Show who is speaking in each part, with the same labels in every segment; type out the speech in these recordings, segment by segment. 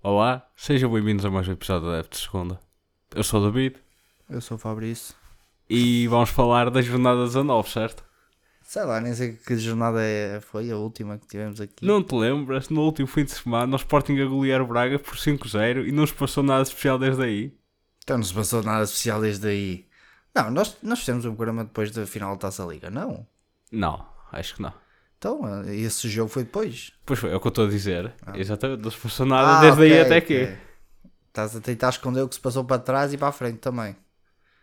Speaker 1: Olá, sejam bem-vindos a mais um episódio da F de Segunda. Eu sou o David
Speaker 2: Eu sou o Fabrício.
Speaker 1: e vamos falar da jornada 19, certo?
Speaker 2: Sei lá, nem sei que jornada é- foi a última que tivemos aqui.
Speaker 1: Não te lembras, no último fim de semana, o Sporting a golear o Braga por 5-0 e não se passou nada especial desde aí?
Speaker 2: Então não se passou nada especial desde aí. Não, nós, nós fizemos um programa depois da final da Taça Liga, não.
Speaker 1: Não, acho que não.
Speaker 2: Então, eh, esse jogo foi depois.
Speaker 1: Pois foi, é o que eu estou a dizer. Exatamente, não se passou
Speaker 2: Ah,
Speaker 1: nada desde aí
Speaker 2: ok,
Speaker 1: até aqui.
Speaker 2: ok. Estás a tentar esconder o que se passou para trás e para a frente também.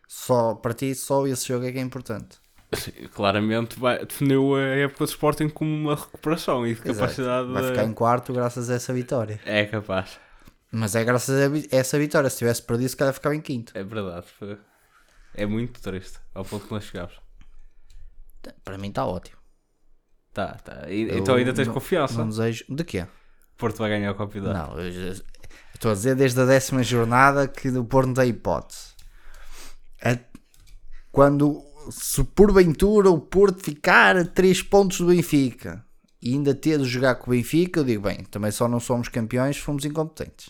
Speaker 2: Só, para ti, só esse jogo é que é importante.
Speaker 1: Sim, claramente vai- definiu a época do Sporting como uma recuperação e de
Speaker 2: Exato.
Speaker 1: capacidade
Speaker 2: Vai
Speaker 1: de-
Speaker 2: ficar em quarto graças a essa vitória.
Speaker 1: É capaz,
Speaker 2: Mas é graças a vi- essa vitória. Se tivesse perdido, se calhar ficava em quinto.
Speaker 1: é verdade. foi- É muito triste ao ponto que nós chegámos.
Speaker 2: Para mim está ótimo.
Speaker 1: Tá, tá. E- então ainda tens
Speaker 2: não-
Speaker 1: confiança.
Speaker 2: Não desejo. De quê?
Speaker 1: Porto vai ganhar o campeonato.
Speaker 2: Não, eu- eu- eu estou a dizer desde a décima jornada que o Porto não tem hipótese. A- quando, se porventura o Porto ficar a 3 pontos do Benfica e ainda ter de jogar com o Benfica, eu digo bem, também só não somos campeões, fomos incompetentes.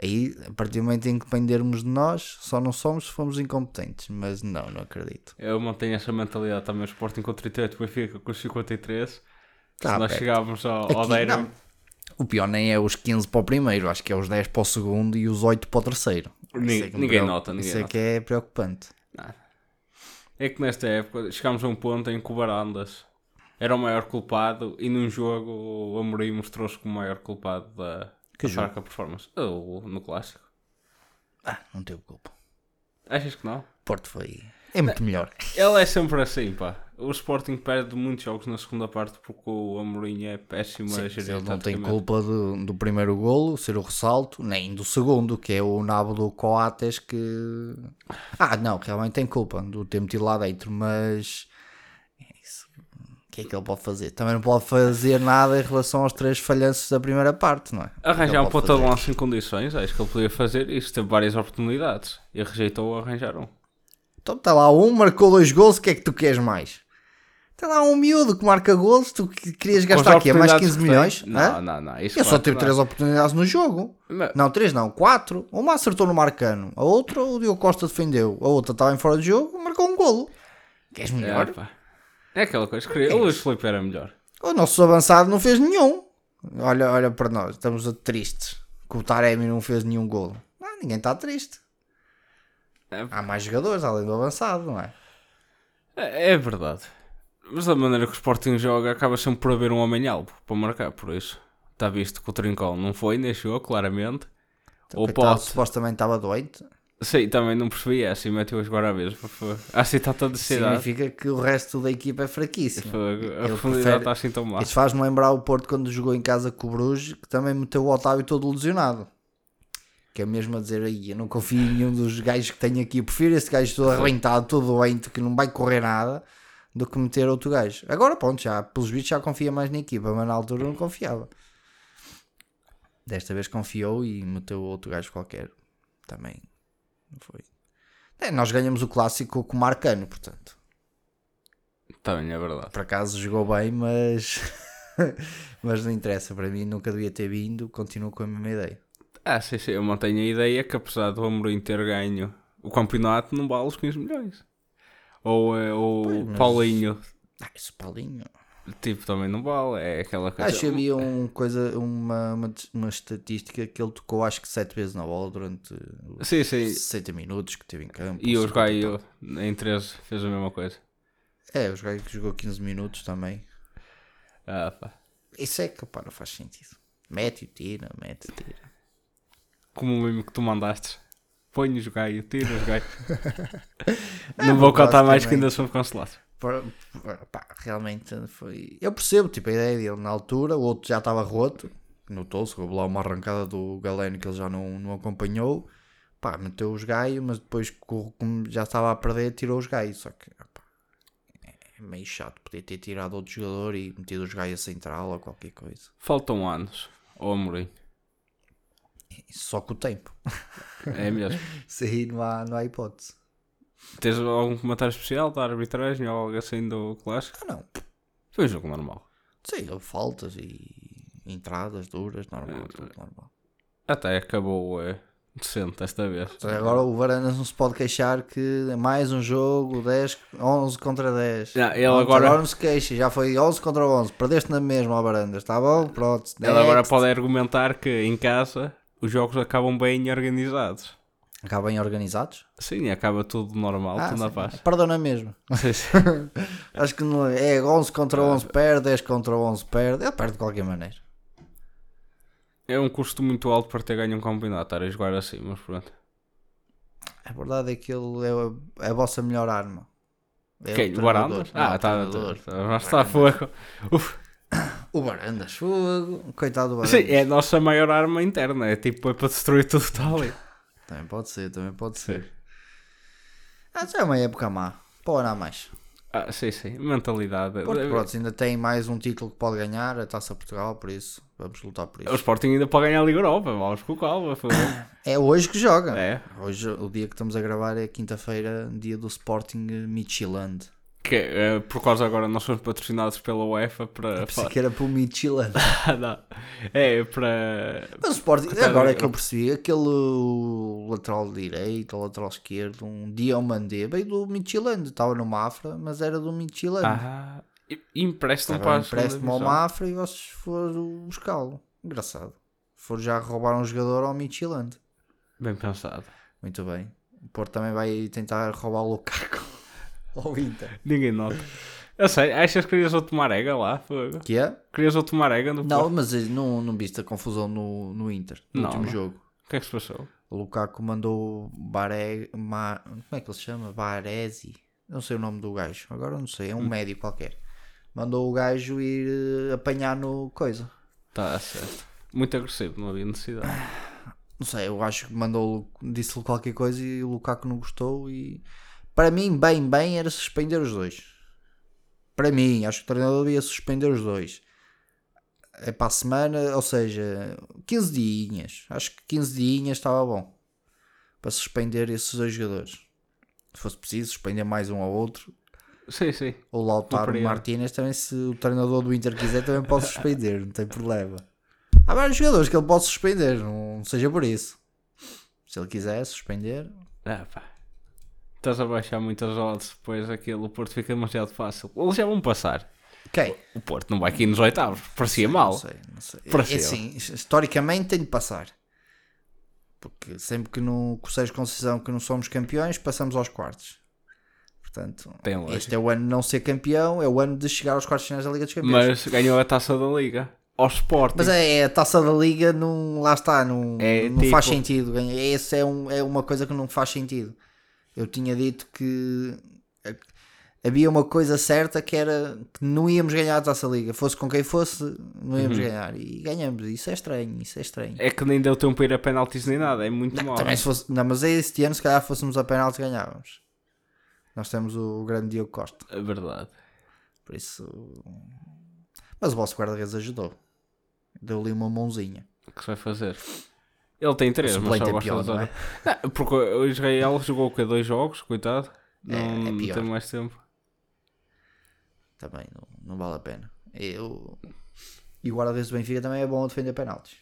Speaker 2: Aí, a partir do momento em que dependermos de nós, só não somos se fomos incompetentes. Mas não, não acredito.
Speaker 1: Eu mantenho essa mentalidade também. O Sporting com 38, o Benfica com 53.
Speaker 2: Tá
Speaker 1: Se nós
Speaker 2: perto.
Speaker 1: chegarmos ao, ao
Speaker 2: Aqui, não.
Speaker 1: Derby,
Speaker 2: O pior nem é os 15 para o primeiro, acho que é os 10 para o segundo e os 8 para o terceiro.
Speaker 1: Ninguém-
Speaker 2: Isso é que me
Speaker 1: ninguém
Speaker 2: preocupa-
Speaker 1: nota, ninguém
Speaker 2: Isso é
Speaker 1: nota.
Speaker 2: que é preocupante.
Speaker 1: é que nesta época chegámos a um ponto em que o Barandas era o maior culpado e num jogo o Amorim mostrou-se como o maior culpado da, da fraca performance. Ou no Clássico.
Speaker 2: Ah, não teve culpa.
Speaker 1: Achas que não?
Speaker 2: Porto foi. É muito melhor.
Speaker 1: Ele é sempre assim, pá. O Sporting perde muitos jogos na segunda parte porque o Amorim é péssimo a gerir.
Speaker 2: Ele não tem
Speaker 1: taticamente.
Speaker 2: culpa do, do primeiro golo, ser o ressalto, nem do segundo, que é o nabo do Coates que. Ah, não, realmente tem culpa do ter metido lá dentro, mas. é isso. O que é que ele pode fazer? Também não pode fazer nada em relação aos três falhanços da primeira parte, não é?
Speaker 1: Arranjar
Speaker 2: Ele
Speaker 1: um
Speaker 2: pode
Speaker 1: ponta de
Speaker 2: fazer.
Speaker 1: lança em condições, acho que ele podia fazer isso. Teve várias oportunidades e rejeitou arranjar um.
Speaker 2: Então está lá um, marcou dois gols, o que é que tu queres mais? Está lá um miúdo que marca gols, tu que- querias
Speaker 1: Com as
Speaker 2: gastar aqui é mais
Speaker 1: oportunidades
Speaker 2: 15
Speaker 1: que
Speaker 2: milhões?
Speaker 1: tem-
Speaker 2: Hã?
Speaker 1: Não, não, não. Isso
Speaker 2: Ele só
Speaker 1: claro
Speaker 2: teve
Speaker 1: que
Speaker 2: três
Speaker 1: não.
Speaker 2: oportunidades no jogo.
Speaker 1: Mas-
Speaker 2: Não, três não, quatro. Uma acertou no Marcano, a outra o Diogo Costa defendeu, a outra estava em fora de jogo, marcou um golo. Queres melhor?
Speaker 1: É, pá. É aquela coisa. Queria... O Luís Felipe era melhor.
Speaker 2: É. O nosso avançado não fez nenhum. Olha, olha para nós, estamos a- tristes. Que o Taremi não fez nenhum golo. Não, ninguém está triste.
Speaker 1: É.
Speaker 2: Há mais jogadores além do avançado, não é?
Speaker 1: É, é verdade. Mas da maneira que o Sporting joga, acaba sempre por haver um homem-alvo para marcar, por isso. Está visto que o Trincão não foi, neste jogo, claramente.
Speaker 2: Então,
Speaker 1: o
Speaker 2: coitado,
Speaker 1: Pote,
Speaker 2: supostamente estava doente.
Speaker 1: sim, também não percebi essa e meteu agora a vez. A assim está tanta necessidade.
Speaker 2: Significa que o resto da equipa é fraquíssimo.
Speaker 1: A
Speaker 2: Ele
Speaker 1: profundidade
Speaker 2: prefere-
Speaker 1: está assim tão má.
Speaker 2: Isso faz-me lembrar o Porto quando jogou em casa com o Bruges, que também meteu o Otávio todo lesionado. Que é mesmo a dizer aí, eu não confio em nenhum dos gajos que tenho aqui. Eu prefiro esse gajo todo arrebentado, todo doente, que não vai correr nada, do que meter outro gajo. Agora, pronto, já, pelos bichos já confia mais na equipa, mas na altura não confiava. Desta vez confiou e meteu outro gajo qualquer. Também não foi. É, nós ganhamos o clássico com o Marcano, portanto
Speaker 1: Também é verdade.
Speaker 2: por acaso jogou bem, mas mas não interessa para mim, nunca devia ter vindo, continuo com a mesma ideia.
Speaker 1: Ah, sim, sim, eu mantenho a ideia que apesar do Amorim ter ganho o campeonato, não vale os 15 milhões. Ou, eh, ou o Paulinho,
Speaker 2: Ah, esse Paulinho.
Speaker 1: tipo, também não vale, é aquela coisa.
Speaker 2: Acho que havia um coisa, uma, uma, uma estatística que ele tocou acho que 7 vezes na bola durante
Speaker 1: Sim, sim,
Speaker 2: 60 minutos que teve em campo.
Speaker 1: e o
Speaker 2: 50 tal.
Speaker 1: Gaio
Speaker 2: então?
Speaker 1: em 13 fez a mesma coisa.
Speaker 2: É, os gajos que jogou 15 minutos também.
Speaker 1: Ah, pá.
Speaker 2: Isso é que pá, não faz sentido. Mete e tira, mete e tira.
Speaker 1: Como o mesmo que tu mandaste. Põe os Gaio, tira os Gaio. não vou contar mais que
Speaker 2: É, também.
Speaker 1: ainda soube cancelado.
Speaker 2: Por- por- pá, realmente foi. Eu percebo, tipo, a ideia dele na altura, o outro já estava roto, notou-se, houve lá uma arrancada do Galeno que ele já não, não acompanhou, pá, meteu os gaios, mas depois, co- como já estava a perder, tirou os gaios. Só que, pá, é meio chato, podia ter tirado outro jogador e metido os gaios a central ou qualquer coisa.
Speaker 1: Faltam anos ao Amorim.
Speaker 2: Isso só com o tempo,
Speaker 1: É mesmo.
Speaker 2: isso aí não há, não há hipótese.
Speaker 1: Tens algum comentário especial da arbitragem ou algo assim do clássico?
Speaker 2: Ah, não,
Speaker 1: Foi um jogo normal.
Speaker 2: sim, houve faltas e entradas duras, normal, tudo normal.
Speaker 1: Até acabou é, decente desta vez.
Speaker 2: Então, Agora o Varanas não se pode queixar que é mais um jogo 10, 11 contra 10.
Speaker 1: Não, ele
Speaker 2: Pronto,
Speaker 1: agora-
Speaker 2: não se queixa, já foi 11 contra 11, perdeste na mesma ao Varandas, está bom? Pronto,
Speaker 1: Ela agora
Speaker 2: next.
Speaker 1: pode argumentar que em casa os jogos acabam bem organizados.
Speaker 2: Acabem organizados?
Speaker 1: Sim, acaba tudo normal, tudo na
Speaker 2: Ah, sim.
Speaker 1: paz.
Speaker 2: Perdão, não é mesmo?
Speaker 1: Sim, sim.
Speaker 2: Acho que não é 11
Speaker 1: Ah.
Speaker 2: contra 11 perde, 10 contra 11 perde, ele perde de qualquer maneira.
Speaker 1: É um custo muito alto para ter ganho um campeonato, estar a jogar assim, mas pronto.
Speaker 2: A verdade é que ele é a- é a, vossa melhor arma. É
Speaker 1: Quem? O
Speaker 2: treinador.
Speaker 1: Barandas?
Speaker 2: Não,
Speaker 1: Ah,
Speaker 2: o
Speaker 1: está
Speaker 2: treinador.
Speaker 1: a fogo. Uf.
Speaker 2: O Barandas, fogo. Coitado do Barandas.
Speaker 1: Sim, é a nossa maior arma interna. É tipo, é para destruir tudo que está ali.
Speaker 2: Também pode ser, também pode ser. Ah, já é uma época má. Pode há mais.
Speaker 1: Ah, sim, sim. Mentalidade. É,
Speaker 2: Porque, pronto, ainda tem mais um título que pode ganhar, a Taça Portugal, por isso vamos lutar por
Speaker 1: O
Speaker 2: isso.
Speaker 1: Sporting ainda pode ganhar a Liga Europa. Vamos com calma. fogo.
Speaker 2: É hoje que joga.
Speaker 1: É.
Speaker 2: Hoje, o dia que estamos a gravar é quinta-feira, dia do Sporting eh, Michieland.
Speaker 1: Que, eh, por causa agora nós somos patrocinados pela UEFA para.
Speaker 2: Pensei que era para o Michieland.
Speaker 1: Ah, não. É para.
Speaker 2: Mas o Sporting,
Speaker 1: Coitado,
Speaker 2: agora é
Speaker 1: eu-
Speaker 2: que eu percebi, aquele lateral direito, lateral esquerdo, um Diomandé, veio do Michieland, estava no Mafra, mas era do Michieland.
Speaker 1: Ah, e- e emprestam para
Speaker 2: Estava
Speaker 1: a segunda
Speaker 2: empréstimo Tá ao
Speaker 1: divisão.
Speaker 2: Mafra e vocês foram buscá-lo. Engraçado. Foram já roubar um jogador ao Michieland.
Speaker 1: Bem pensado.
Speaker 2: Muito bem. O Porto também vai tentar roubar o Lukaku ao Inter.
Speaker 1: Ninguém nota. Eu sei, achas que querias outro Marega lá? Fogo?
Speaker 2: Que é?
Speaker 1: Querias outro Marega no
Speaker 2: Não,
Speaker 1: Porto?
Speaker 2: mas eh, não, não viste a confusão no, no Inter, no
Speaker 1: Não,
Speaker 2: último
Speaker 1: não.
Speaker 2: jogo.
Speaker 1: O que é que se passou?
Speaker 2: O Lukaku mandou Bare... Ma... Como é que ele se chama? Baresi. Não sei o nome do gajo. Agora não sei. É um médico qualquer. Mandou o gajo ir eh, apanhar no coisa.
Speaker 1: Está Tá, certo. Muito agressivo, não havia necessidade.
Speaker 2: Não sei. Eu acho que mandou. Disse-lhe qualquer coisa e o Lukaku não gostou. E para mim, bem, bem, era suspender os dois. Para mim, acho que o treinador devia suspender os dois. É para a semana, ou seja, 15 diinhas. Acho que 15 diinhas estava bom para suspender esses dois jogadores. Se fosse preciso, suspender mais um ao outro.
Speaker 1: Sim, sim.
Speaker 2: Ou Lautaro
Speaker 1: período.
Speaker 2: Martínez também, se o treinador do Inter quiser, também pode suspender, não tem problema. Há vários jogadores que ele pode suspender, não seja por isso. Se ele quiser suspender,
Speaker 1: Ah, pá. Estás a baixar muitas odds, depois aquilo, o Porto fica demasiado fácil. Eles já vão passar.
Speaker 2: quem?
Speaker 1: O Porto não vai aqui nos oitavos. Parecia mal.
Speaker 2: Não sei, não sei.
Speaker 1: Para
Speaker 2: É
Speaker 1: ser.
Speaker 2: assim, historicamente tem de passar. Porque sempre que no Conselhos de Conceição que não somos campeões, passamos aos quartos. Portanto,
Speaker 1: Tem lógica.
Speaker 2: este é o ano de não ser campeão, é o ano de chegar aos quartos de finais da Liga dos Campeões.
Speaker 1: Mas ganhou a taça da Liga. Ao Sporting.
Speaker 2: Mas é, é a taça da liga, não, lá está, não,
Speaker 1: É
Speaker 2: não faz
Speaker 1: tipo-
Speaker 2: sentido. ganhar. Essa é, um- é uma coisa que não faz sentido. Eu tinha dito que eh, havia uma coisa certa que era que não íamos ganhar a taça da liga, fosse com quem fosse, não íamos ganhar. E ganhamos, isso é estranho, isso é estranho.
Speaker 1: Uhum. É que nem deu tempo a ir a penaltis nem nada. É muito mal.
Speaker 2: Também se fosse, não, mas este ano, se calhar, fôssemos a penalti, ganhávamos. Nós temos o grande Diogo Costa,
Speaker 1: É verdade.
Speaker 2: por isso. Mas o vosso guarda-redes ajudou, deu-lhe uma mãozinha.
Speaker 1: O que se vai fazer? Ele tem três,
Speaker 2: O
Speaker 1: mas
Speaker 2: suplente
Speaker 1: só
Speaker 2: é
Speaker 1: gosta
Speaker 2: pior,
Speaker 1: de
Speaker 2: não é?
Speaker 1: usar. Não, Porque o Israel jogou o quê? Dois jogos, coitado.
Speaker 2: É, é
Speaker 1: Não
Speaker 2: pior.
Speaker 1: tem mais tempo.
Speaker 2: também não, não vale a pena. Eu... E o guarda-redes do Benfica também é bom a defender penaltis.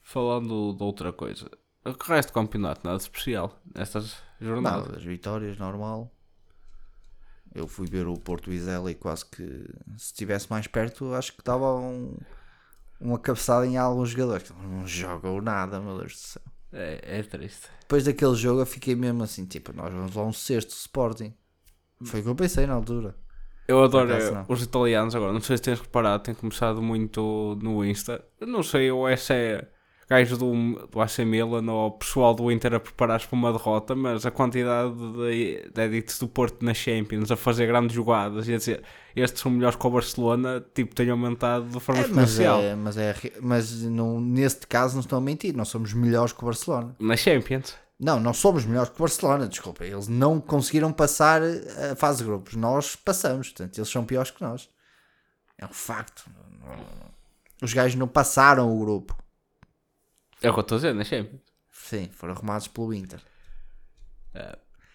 Speaker 1: Falando de outra coisa. O que resto do campeonato, nada de especial. Nestas
Speaker 2: Nada,
Speaker 1: jornadas.
Speaker 2: das vitórias, normal. Eu fui ver o Porto Vizela e quase que se estivesse mais perto, acho que dava um, uma cabeçada em alguns jogadores. que Não jogam nada, meu Deus do céu.
Speaker 1: É, é triste.
Speaker 2: Depois daquele jogo eu fiquei mesmo assim, tipo, nós vamos lá um sexto Sporting. Foi o que eu pensei na altura.
Speaker 1: Eu adoro
Speaker 2: Por acaso,
Speaker 1: eh,
Speaker 2: não.
Speaker 1: os italianos agora. Não sei se tens reparado, tem começado muito no Insta. Eu não sei, ou é se é gajo do, do AC Milan ou pessoal do Inter a preparar-se para uma derrota, mas a quantidade de, de edits do Porto na Champions a fazer grandes jogadas e a dizer estes são melhores que o Barcelona, tipo, tem aumentado de forma
Speaker 2: É, mas,
Speaker 1: exponencial.
Speaker 2: é, mas, é, re- mas não, neste caso não estão a mentir, nós somos melhores que o Barcelona.
Speaker 1: Na Champions.
Speaker 2: Não, não somos melhores que o Barcelona, desculpa. Eles não conseguiram passar a fase de grupos. Nós passamos, portanto, eles são piores que nós. É um facto. Não- não- Os gajos não passaram o grupo.
Speaker 1: É o que eu estou a dizer, na Champions.
Speaker 2: Sim, foram arrumados pelo Inter.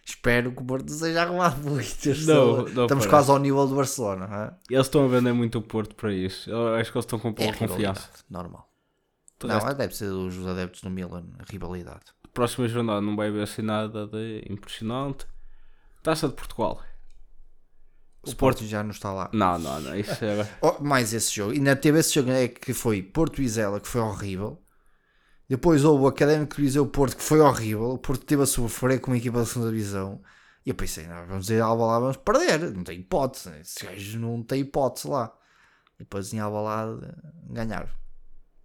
Speaker 2: Espero que o Porto seja arrumado pelo Inter.
Speaker 1: É. Não,
Speaker 2: só-
Speaker 1: não
Speaker 2: Estamos
Speaker 1: parece.
Speaker 2: quase ao nível do Barcelona. é? hã?
Speaker 1: Eles estão a vender muito o Porto para isso. Eu acho que eles estão com pouca
Speaker 2: É rivalidade,
Speaker 1: confiança.
Speaker 2: Normal.
Speaker 1: De
Speaker 2: Não,
Speaker 1: resto,
Speaker 2: deve ser dos adeptos do Milan, a rivalidade.
Speaker 1: Próxima jornada não vai haver assim nada de impressionante. Taça de Portugal.
Speaker 2: O Porto já não está lá.
Speaker 1: Não, não, não. Isso é...
Speaker 2: Oh, mais esse jogo. Ainda teve esse jogo é que foi Porto Vizela, que foi horrível. Depois houve o Académico de Viseu Porto, que foi horrível. O Porto teve a sofrer com uma equipa da segunda divisão. E eu pensei, não, vamos ir a Alvalade, vamos perder. Não tem hipótese. né? Esses gajos não têm hipótese lá. E depois em Alvalade ganharam.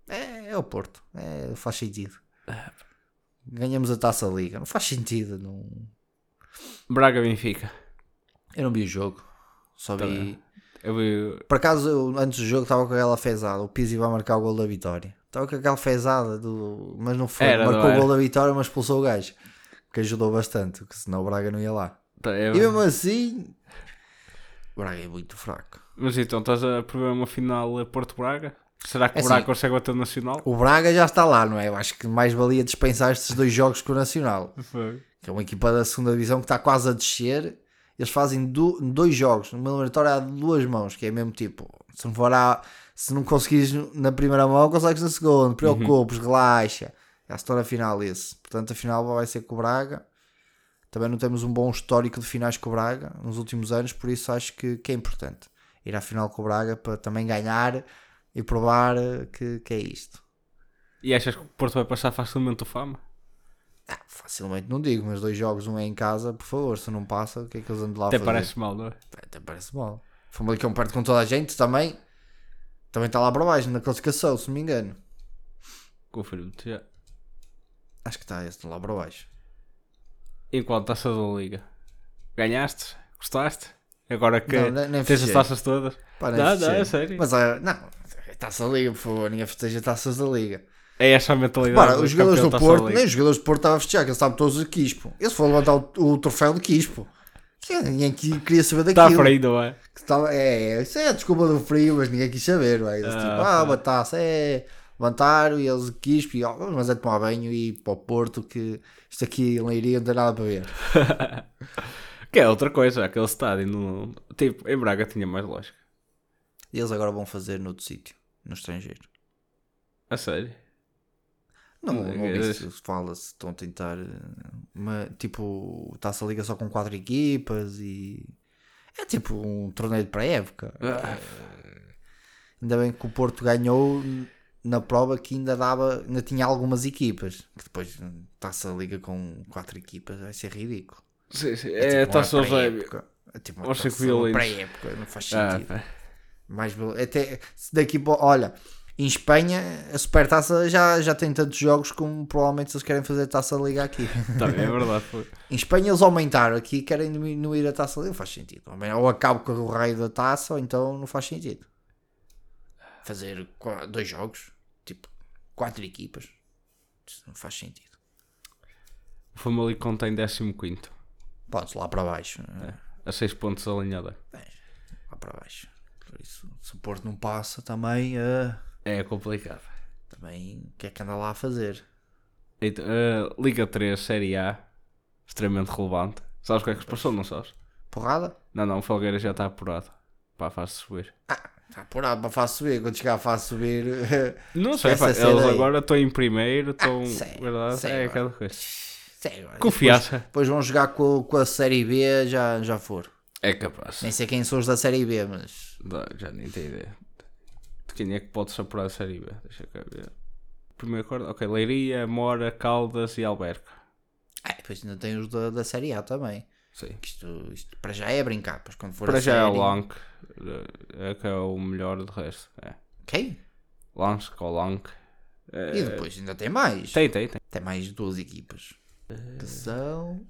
Speaker 2: É, é o Porto. É, faz sentido. Ganhamos a Taça da Liga. Não faz sentido. Não...
Speaker 1: Braga Benfica.
Speaker 2: Eu não vi o jogo. Só vi...
Speaker 1: Também. Eu vi-
Speaker 2: Por acaso, eu, antes do jogo, estava com aquela fezada. O Pizzi vai marcar o gol da vitória. Estava com aquela fezada, do... mas não foi.
Speaker 1: Era, não
Speaker 2: Marcou o
Speaker 1: era.
Speaker 2: gol da vitória, mas expulsou o gajo. Que ajudou bastante, porque senão o Braga não ia lá.
Speaker 1: tá, é-
Speaker 2: E mesmo assim, o Braga é muito fraco.
Speaker 1: Mas então, estás a prever uma final a Porto Braga? Será que
Speaker 2: É
Speaker 1: o Braga
Speaker 2: assim.
Speaker 1: consegue bater o Nacional?
Speaker 2: O Braga já está lá, não é? Eu acho que mais valia dispensar estes dois jogos com o Nacional,
Speaker 1: Foi.
Speaker 2: que é uma equipa da segunda divisão que está quase a descer. Eles fazem do- dois jogos, numa eliminatória há duas mãos, que é mesmo tipo, se não for à- se não conseguires na primeira mão, consegues na segunda, não te preocupes,
Speaker 1: Uhum.
Speaker 2: relaxa. Já se torna final esse. Portanto, a final vai ser com o Braga. Também não temos um bom histórico de finais com o Braga nos últimos anos, por isso acho que, que é importante ir à final com o Braga para também ganhar e provar eh, que, que é isto.
Speaker 1: E achas que o Porto vai passar facilmente o Fama?
Speaker 2: Ah, facilmente não digo, mas dois jogos, um é em casa, por favor, se não passa, o que é que eles andam lá a
Speaker 1: Até
Speaker 2: fazer?
Speaker 1: parece mal, não é?
Speaker 2: Até parece mal. Famalicão perde é um com toda a gente também. Também está lá para baixo na classificação, se não me engano.
Speaker 1: Confirmo-te já.
Speaker 2: Acho que está esse tá lá para baixo.
Speaker 1: Enquanto taça da Liga. Ganhaste? Gostaste? Agora que
Speaker 2: Não, nem- nem
Speaker 1: tens as
Speaker 2: festejei.
Speaker 1: taças todas?
Speaker 2: Pá, nem
Speaker 1: Não, não,
Speaker 2: festejei.
Speaker 1: é sério.
Speaker 2: Mas ah, não, é taça da liga, por favor, ninguém festeja taças da liga.
Speaker 1: É essa a mentalidade.
Speaker 2: Para,
Speaker 1: do
Speaker 2: os jogadores do
Speaker 1: campeão da Taça da
Speaker 2: Porto,
Speaker 1: Liga.
Speaker 2: nem os jogadores do Porto estavam a festejar, que eles estavam todos de Quispo. Eles foram levantar o, o troféu de Quispo. Sim, Ninguém aqui queria saber
Speaker 1: Está
Speaker 2: daquilo.
Speaker 1: para aí, não é?
Speaker 2: Que estava- é, é, isso é a desculpa do frio, mas ninguém quis saber. Vai. Eles,
Speaker 1: Ah,
Speaker 2: tipo, ah, uma taça, é. Levantaram e eles quis, e, ó, mas é tomar banho e ir para o Porto, que isto aqui em Leiria não tem nada para ver.
Speaker 1: Que é outra coisa, aquele estádio. No... Tipo, em Braga tinha mais lógica.
Speaker 2: E eles agora vão fazer noutro sítio, no estrangeiro.
Speaker 1: A sério.
Speaker 2: Não,
Speaker 1: Hum,
Speaker 2: não
Speaker 1: é
Speaker 2: ouvi
Speaker 1: isso.
Speaker 2: se fala se estão a tentar eh, uma, tipo taça liga só com quatro equipas e é tipo um torneio para época.
Speaker 1: Ah.
Speaker 2: Ainda bem que o Porto ganhou na prova que ainda dava, ainda tinha algumas equipas. Que depois hum, taça liga com quatro equipas vai ser ridículo.
Speaker 1: Sim, sim. É,
Speaker 2: tipo uma
Speaker 1: taça da Liga.
Speaker 2: pré-época. É tipo uma
Speaker 1: Aos cinco
Speaker 2: taça- uma
Speaker 1: violinos.
Speaker 2: pré-época, não faz
Speaker 1: Ah,
Speaker 2: sentido.
Speaker 1: pá.
Speaker 2: Mais val- até se daqui para. Olha, em Espanha a Supertaça já, já tem tantos jogos como provavelmente se eles querem fazer a taça da liga aqui.
Speaker 1: Também é verdade. foi.
Speaker 2: em Espanha eles aumentaram aqui e querem diminuir a taça da liga. Não faz sentido. Ou bem, Ou acabo com o raio da taça, ou então não faz sentido. Fazer qua- dois jogos, tipo, quatro equipas. Isso não faz sentido.
Speaker 1: O Famalicão tem 15.
Speaker 2: Pronto, lá para baixo. né?
Speaker 1: A 6 pontos da linha
Speaker 2: Lá para baixo. Por isso, se o Porto não passa também. ah,
Speaker 1: É complicado.
Speaker 2: também o que é que anda lá a fazer?
Speaker 1: Então, eh, Liga 3, Série A. Extremamente relevante. Sabes o que é que se passou, não sabes?
Speaker 2: Porrada?
Speaker 1: Não, não, o Felgueira já está apurado. Para a fase de subir.
Speaker 2: Está apurado Ah, tá para fase subir. Quando chegar a fase subir.
Speaker 1: Não sei, pá,
Speaker 2: Esquece
Speaker 1: eles
Speaker 2: essa ideia.
Speaker 1: agora estão em primeiro, estão.
Speaker 2: sei,
Speaker 1: verdade?
Speaker 2: sei,
Speaker 1: é
Speaker 2: mano.
Speaker 1: aquela coisa.
Speaker 2: Sério, olha,
Speaker 1: Confiança.
Speaker 2: Depois vão jogar com, com a Série B, já, já for.
Speaker 1: É capaz.
Speaker 2: Nem sei quem são os da Série B, mas.
Speaker 1: Não, já nem tenho ideia. De quem é que pode apurar a Série B? Deixa cá ver. Primeiro acordo? Ok, Leiria, Mora, Caldas e Alberca.
Speaker 2: Ah, depois ainda tem os da, da Série A também.
Speaker 1: Sim.
Speaker 2: Que Isto, isto para já é brincar, pois quando for
Speaker 1: Para
Speaker 2: a
Speaker 1: já é o
Speaker 2: série-
Speaker 1: Lank. É que é o melhor de resto. É.
Speaker 2: Quem?
Speaker 1: Lansk ou Lank. É,
Speaker 2: E depois ainda tem mais. Tem,
Speaker 1: Tem, Eh, tem, tem.
Speaker 2: mais duas equipas. Que são.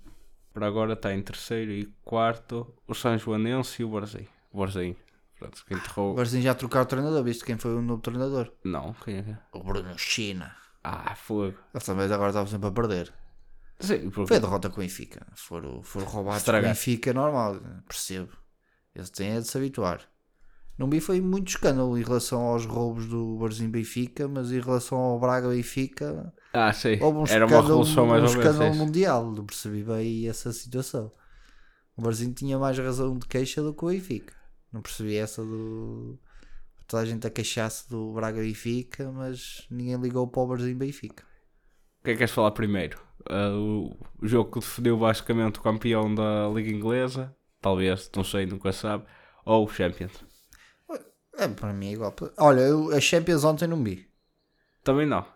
Speaker 1: Para agora está em terceiro e quarto o São Joanense e o Barzinho. O Barzinho. Pronto, quem enterrou.
Speaker 2: Agora sim já trocar o treinador, visto quem foi o novo treinador?
Speaker 1: Não, quem é que é?
Speaker 2: O Bruno China.
Speaker 1: Ah, fogo.
Speaker 2: Ele também agora estava sempre a perder.
Speaker 1: Sim,
Speaker 2: Foi
Speaker 1: porque
Speaker 2: a derrota com o Benfica. Foram, foram roubados
Speaker 1: Estragaram.
Speaker 2: com o Benfica, é normal. Percebo. Eles têm é de se habituar. Não vi foi muito escândalo em relação aos roubos do Barzinho Benfica, mas em relação ao Braga Benfica,
Speaker 1: Ah, sim.
Speaker 2: houve um
Speaker 1: Era uma
Speaker 2: escândalo,
Speaker 1: revolução mais
Speaker 2: um
Speaker 1: ou menos.
Speaker 2: escândalo
Speaker 1: isso.
Speaker 2: mundial. Não percebi bem essa situação. O Barzinho tinha mais razão de queixa do que o Benfica. Não percebi essa do Toda a gente a queixar-se do Braga Benfica, mas ninguém ligou o pobrezinho Benfica.
Speaker 1: O que é que queres falar primeiro? Uh, o jogo que defendeu basicamente o campeão da Liga Inglesa, talvez, não sei, nunca sabe, ou o Champions?
Speaker 2: É, para mim é igual. Olha, eu, a Champions ontem não vi.
Speaker 1: Também não.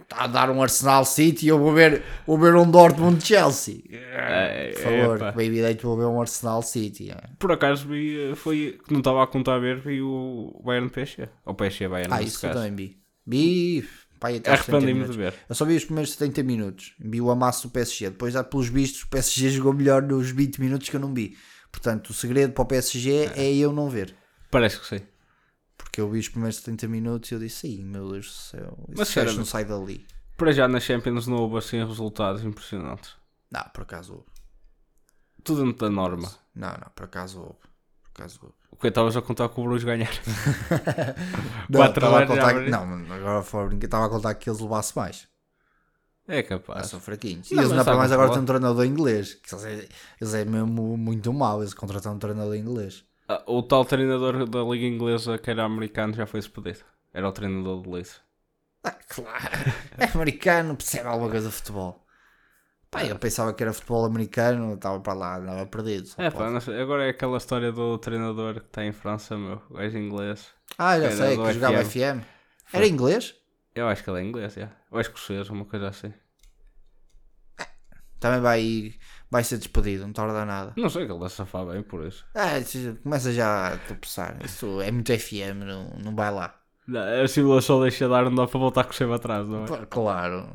Speaker 2: Está a dar um Arsenal City e eu vou ver, vou ver um Dortmund Chelsea.
Speaker 1: É,
Speaker 2: Por favor,
Speaker 1: epá.
Speaker 2: bem evidente, vou ver um Arsenal City. é.
Speaker 1: Por acaso vi, eh, foi que não estava a contar a ver, vi o Bayern PSG. Ou PSG é Bayern,
Speaker 2: Ah,
Speaker 1: nesse
Speaker 2: isso eu
Speaker 1: caso.
Speaker 2: também vi. Vi. Pai,
Speaker 1: É
Speaker 2: até aos 70
Speaker 1: Arrependi-me
Speaker 2: minutos.
Speaker 1: de ver.
Speaker 2: Eu só vi os primeiros 70 minutos. Vi o amasso do PSG. Depois, ah, pelos vistos, o PSG jogou melhor nos 20 minutos que eu não vi. Portanto, o segredo para o PSG é, eu não ver.
Speaker 1: Parece que sim.
Speaker 2: Porque eu vi os primeiros 70 minutos e eu disse, ai meu Deus do céu,
Speaker 1: Mas,
Speaker 2: esse gajo
Speaker 1: sinceramente-
Speaker 2: não sai dali.
Speaker 1: Para já na Champions não houve assim resultados impressionantes.
Speaker 2: Não, por acaso houve.
Speaker 1: Tudo dentro da norma.
Speaker 2: Não, não, por acaso houve. Por acaso houve.
Speaker 1: O que estavas a contar com o Bruges ganhar?
Speaker 2: Não,
Speaker 1: Ah, Quatro
Speaker 2: estava a
Speaker 1: horas já
Speaker 2: contar,
Speaker 1: abri-
Speaker 2: não, agora foi a brincar, estava a contar que eles levassem mais.
Speaker 1: É
Speaker 2: Ah,
Speaker 1: capaz.
Speaker 2: são fraquinhos.
Speaker 1: Não,
Speaker 2: e eles
Speaker 1: mas
Speaker 2: ainda para
Speaker 1: sabem
Speaker 2: mais agora
Speaker 1: falar.
Speaker 2: têm um treinador inglês. Que eles, é, eles é mesmo muito mau, eles contrataram um treinador inglês.
Speaker 1: Ah, O tal treinador da Liga Inglesa, que era americano, já foi despedido. Era o treinador do Leeds.
Speaker 2: Ah, claro. É americano, percebe alguma coisa de futebol. Pá,
Speaker 1: É.
Speaker 2: eu pensava que era futebol americano, estava para lá, andava perdido. só
Speaker 1: É,
Speaker 2: pode.
Speaker 1: pá, não sei, agora é aquela história do treinador que está em França, meu. O gajo é inglês.
Speaker 2: ah, já
Speaker 1: era
Speaker 2: sei,
Speaker 1: do
Speaker 2: que jogava
Speaker 1: FM.
Speaker 2: FM. Era inglês?
Speaker 1: Eu acho que ele é inglês, já. Ou é escocês, uma coisa assim.
Speaker 2: Também vai, vai ser despedido, não tarda nada.
Speaker 1: Não sei que ele safar bem por isso.
Speaker 2: Ah, isso- começa já a tropeçar. Isso é muito FM, não, não vai lá.
Speaker 1: Não, é a simulação deixa dar, não dá para voltar com o sempre atrás, não é?
Speaker 2: Pá, Claro.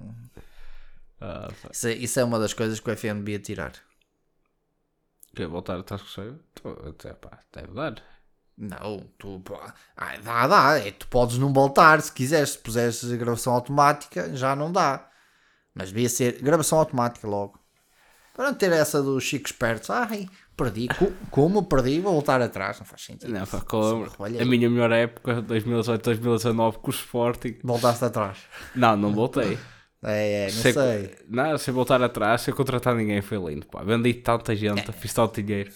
Speaker 1: Ah, pá.
Speaker 2: Isso é, isso é uma das coisas que o FM devia tirar.
Speaker 1: Quer voltar atrás com o sempre? Tô- Até pá, deve dar.
Speaker 2: Não, tu pô, ah, dá, dá, é, tu podes não voltar se quiseres, se puseres a gravação automática, já não dá. Mas devia ser gravação automática logo. Para não ter essa dos Chico Espertos, ai, perdi, co- como perdi, vou voltar atrás, não faz sentido.
Speaker 1: Não, pá,
Speaker 2: Isso-
Speaker 1: com
Speaker 2: isso é roubalheira.
Speaker 1: a minha melhor época, 2018, 2019, com o Sporting.
Speaker 2: Voltaste atrás.
Speaker 1: Não, não voltei.
Speaker 2: É, é, não
Speaker 1: Sei-
Speaker 2: sei.
Speaker 1: Não, sem voltar atrás, sem contratar ninguém, foi lindo, pá. Vendi tanta gente, fiz tanto dinheiro.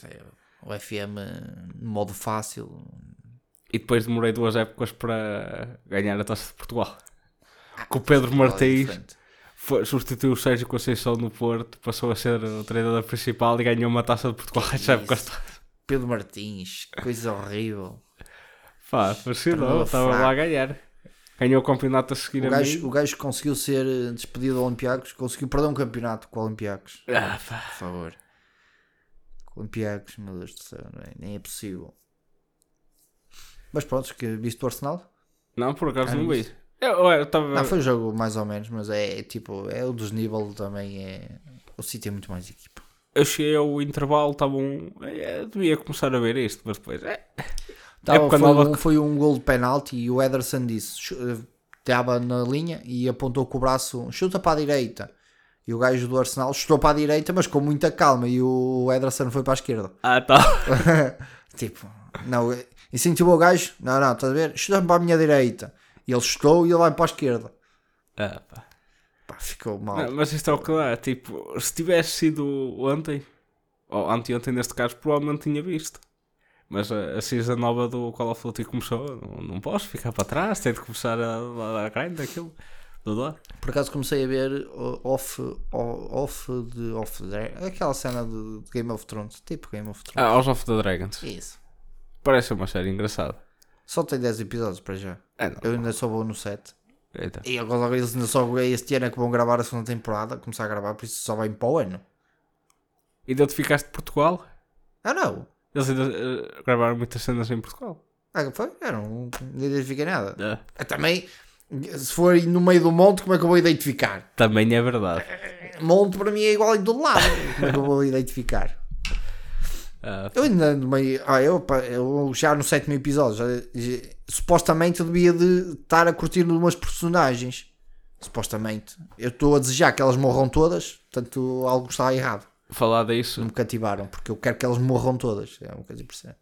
Speaker 2: O FM eh, no modo fácil.
Speaker 1: E depois demorei duas épocas para ganhar a Taça de Portugal. Com o Pedro Martins,
Speaker 2: diferente.
Speaker 1: foi- substituiu o Sérgio Conceição no Porto, passou a ser o treinador principal e ganhou uma Taça de Portugal. Essa época
Speaker 2: isso? Pedro Martins, que coisa horrível.
Speaker 1: Pá, fascinou,
Speaker 2: Treinador
Speaker 1: estava lá a
Speaker 2: Tá fraco.
Speaker 1: ganhar. Ganhou o campeonato a seguir
Speaker 2: O
Speaker 1: a
Speaker 2: gajo,
Speaker 1: mim.
Speaker 2: o gajo que conseguiu ser eh, despedido do Olympiacos, conseguiu perder um campeonato com o Olympiacos.
Speaker 1: Ah, pá.
Speaker 2: Por favor. Olympiacos, meu Deus do céu, não é? nem é possível. Mas pronto, que viste o Arsenal?
Speaker 1: Não, por acaso
Speaker 2: Ah,
Speaker 1: não
Speaker 2: não
Speaker 1: vi. Eu eu estava.
Speaker 2: Não, foi um jogo mais ou menos, mas é, é tipo, é o desnível também, é... O City é muito mais equipa.
Speaker 1: Eu cheguei ao intervalo, estava um. eh, devia começar a ver isto, mas depois. eh,
Speaker 2: Tava-
Speaker 1: Época
Speaker 2: foi,
Speaker 1: nova
Speaker 2: um, foi um gol de penalti e o Ederson disse, chu- estava na linha e apontou com o braço, chuta para a direita. E o gajo do Arsenal chutou para a direita, mas com muita calma, e o Ederson foi para a esquerda.
Speaker 1: Ah, tá.
Speaker 2: tipo, não, incentivou o gajo, não, não, estás a ver? Chuta-me para a minha direita. E ele chutou e ele vai para a esquerda.
Speaker 1: Ah, pá.
Speaker 2: Pá, ficou mal.
Speaker 1: Não, mas isto é o que dá. Tipo, se tivesse sido ontem, ou anteontem neste caso, provavelmente tinha visto. Mas a, a season nova do Call of Duty começou. Não, não posso ficar para trás, tenho de começar a, a, a grind aquilo. Tudo lá.
Speaker 2: Por acaso comecei a ver uh, off, o- off de off de, aquela cena de de Game of Thrones, tipo Game of Thrones.
Speaker 1: Ah, House of the Dragons.
Speaker 2: Isso.
Speaker 1: Parece uma série engraçada.
Speaker 2: Só tem 10 episódios para já.
Speaker 1: Ah, não.
Speaker 2: Eu ainda só vou no 7.
Speaker 1: Eita.
Speaker 2: E agora eles ainda só este ano é que vão gravar a segunda temporada, começar a gravar, por isso só vem para o ano.
Speaker 1: Ainda te ficaste de Portugal?
Speaker 2: Ah não!
Speaker 1: Eles ainda eh, gravaram muitas cenas em Portugal.
Speaker 2: Ah, foi? Eu não, não identifiquei nada.
Speaker 1: Ah,
Speaker 2: Ah, Também, se for no meio do monte, como é que eu vou identificar?
Speaker 1: Também é verdade.
Speaker 2: Monte para mim é igual em todo lado. Como é que eu vou identificar?
Speaker 1: Ah,
Speaker 2: Eu ainda ando meio. Ah, eu, pá, eu já no sétimo episódio, já, já- supostamente eu devia de estar a curtir umas personagens. Supostamente. Eu estou a desejar que elas morram todas, portanto algo está errado.
Speaker 1: falar disso,
Speaker 2: Não me cativaram, porque eu quero que elas morram todas. É uma coisa impressionante.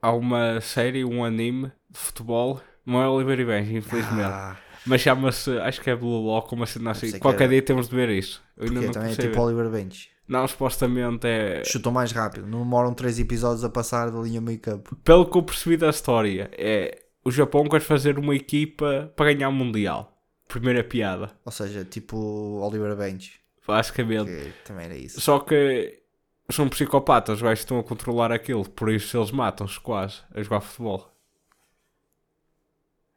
Speaker 1: há uma série, um anime de futebol, não é Oliver e Benji, infelizmente,
Speaker 2: Ah,
Speaker 1: mas chama-se, acho que é Blue Lock, uma cena
Speaker 2: sei
Speaker 1: assim.
Speaker 2: que
Speaker 1: Qualquer
Speaker 2: era.
Speaker 1: dia temos de ver isso. Eu ainda
Speaker 2: porque
Speaker 1: não
Speaker 2: também é
Speaker 1: comecei a
Speaker 2: tipo
Speaker 1: ver.
Speaker 2: Oliver Bench.
Speaker 1: Não, supostamente é.
Speaker 2: Chutou mais rápido, não demoram três episódios a passar da linha meio campo.
Speaker 1: Pelo que eu percebi da história, é o Japão quer fazer uma equipa para ganhar o Mundial. Primeira piada,
Speaker 2: Ou seja, tipo Oliver Bench.
Speaker 1: basicamente.
Speaker 2: Que também era isso.
Speaker 1: Só que são psicopatas, os gajos estão a controlar aquilo, por isso eles matam-se quase a jogar futebol.